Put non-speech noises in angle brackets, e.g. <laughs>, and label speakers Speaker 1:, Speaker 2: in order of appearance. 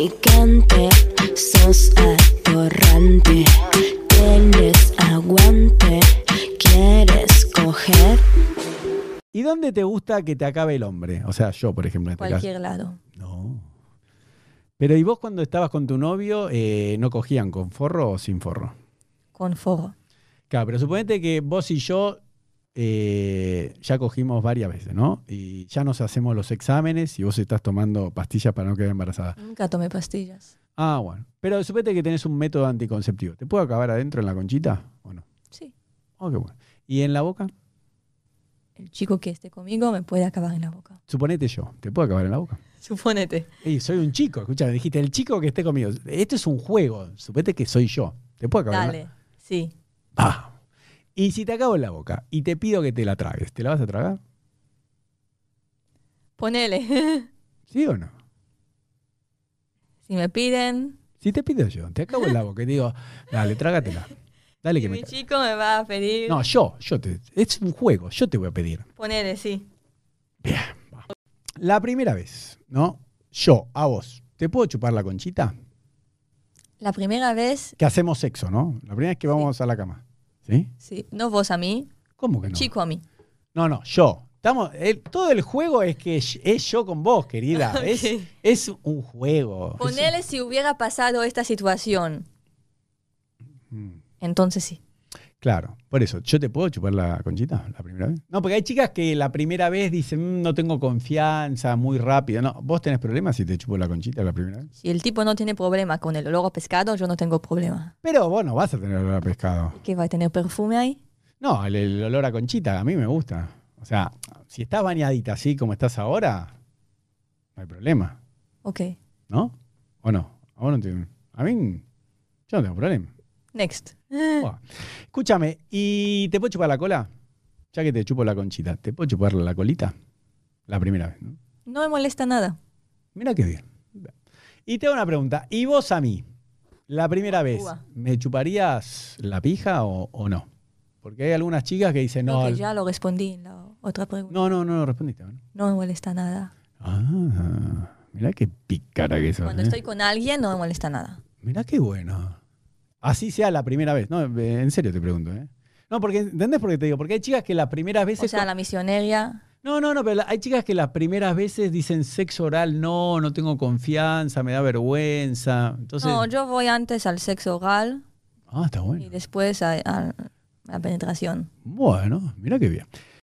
Speaker 1: atorrante, sos atorrante. Tienes aguante, quieres coger.
Speaker 2: ¿Y dónde te gusta que te acabe el hombre? O sea, yo, por ejemplo, en este caso.
Speaker 3: Cualquier lado.
Speaker 2: No. Pero ¿y vos cuando estabas con tu novio, eh, no cogían con forro o sin forro?
Speaker 3: Con forro.
Speaker 2: Claro, pero suponete que vos y yo eh, ya cogimos varias veces, ¿no? Y ya nos hacemos los exámenes y vos estás tomando pastillas para no quedar embarazada.
Speaker 3: Nunca tomé pastillas.
Speaker 2: Ah, bueno. Pero suponete que tenés un método anticonceptivo. ¿Te puede acabar adentro en la conchita o no?
Speaker 3: Sí.
Speaker 2: Oh, qué bueno. ¿Y en la boca?
Speaker 3: El chico que esté conmigo me puede acabar en la boca.
Speaker 2: Suponete yo. ¿Te puede acabar en la boca?
Speaker 3: Suponete.
Speaker 2: Ey, soy un chico. Escucha, dijiste, el chico que esté conmigo. Esto es un juego. Suponete que soy yo. ¿Te puede acabar en la-
Speaker 3: Dale. Sí.
Speaker 2: Vamos. Y si te acabo en la boca y te pido que te la tragues, ¿te la vas a tragar?
Speaker 3: Ponele. <laughs>
Speaker 2: ¿Sí o no?
Speaker 3: si me piden,
Speaker 2: Si te pido yo, te acabo en la boca y te digo, dale, trágatela. Dale que
Speaker 3: mi
Speaker 2: me tra-
Speaker 3: chico me va a pedir.
Speaker 2: No, yo, yo te. Es un juego, yo te voy a pedir.
Speaker 3: Ponele, sí.
Speaker 2: Bien. va. La primera vez, ¿no? Yo, a vos, ¿te puedo chupar la conchita?
Speaker 3: La primera vez,
Speaker 2: Que hacemos sexo, ¿no? La primera vez que vamos a la cama. ¿Sí?
Speaker 3: sí. No vos a mí,
Speaker 2: ¿Cómo que no?
Speaker 3: chico a mí.
Speaker 2: No, no, yo. Estamos, el- todo el juego es que es es yo con vos,
Speaker 3: <laughs>
Speaker 2: querida. Es,
Speaker 3: Ok.
Speaker 2: es un juego. Es-
Speaker 3: Ponele si hubiera pasado esta situación.
Speaker 2: Mm.
Speaker 3: Entonces sí.
Speaker 2: Claro, por eso, ¿yo te puedo chupar la conchita la primera vez? No, porque hay chicas que la primera vez dicen, "Mm, no tengo confianza, muy rápido. No, ¿vos tenés problemas si te chupo la conchita la primera vez?
Speaker 3: Si el tipo no tiene problema con el olor a pescado, yo no tengo problema.
Speaker 2: Pero vos no vas a tener olor a pescado.
Speaker 3: ¿Qué va a tener perfume ahí?
Speaker 2: No, el, el olor a conchita, a mí me gusta. O sea, si estás bañadita así como estás ahora, no hay problema,
Speaker 3: Ok.
Speaker 2: ¿no? ¿O no? A vos no te- A mí, yo no tengo problema.
Speaker 3: Next. <laughs>
Speaker 2: Buah. Escúchame, ¿y te puedo chupar la cola? Ya que te chupo la conchita, ¿te puedo chupar la colita? La primera vez, ¿no?
Speaker 3: No me molesta nada.
Speaker 2: Mira qué bien. Y te hago una pregunta. ¿Y vos a mí, la primera vez,
Speaker 3: Uva.
Speaker 2: me chuparías la pija o, o no? Porque hay algunas chicas que dicen,
Speaker 3: Creo
Speaker 2: no,
Speaker 3: que ya lo respondí en la otra pregunta.
Speaker 2: no, no, no, no respondiste. ¿no?
Speaker 3: No, me molesta nada.
Speaker 2: Ah, mirá qué pícara que sos.
Speaker 3: Cuando
Speaker 2: eh.
Speaker 3: estoy con alguien no me molesta nada.
Speaker 2: Mirá qué bueno. Así sea la primera vez. No, eh, en serio te pregunto, ¿eh? No, porque, ¿entendés por qué te digo? Porque hay chicas que las primeras
Speaker 3: O
Speaker 2: veces...
Speaker 3: sea, la misionería,
Speaker 2: No, no, no, pero la- hay chicas que las primeras veces dicen sexo oral, no, no tengo confianza, me da vergüenza. Entonces...
Speaker 3: no, yo voy antes al sexo oral
Speaker 2: Ah, está bueno.
Speaker 3: y después a, a la penetración.
Speaker 2: Bueno, mira qué bien.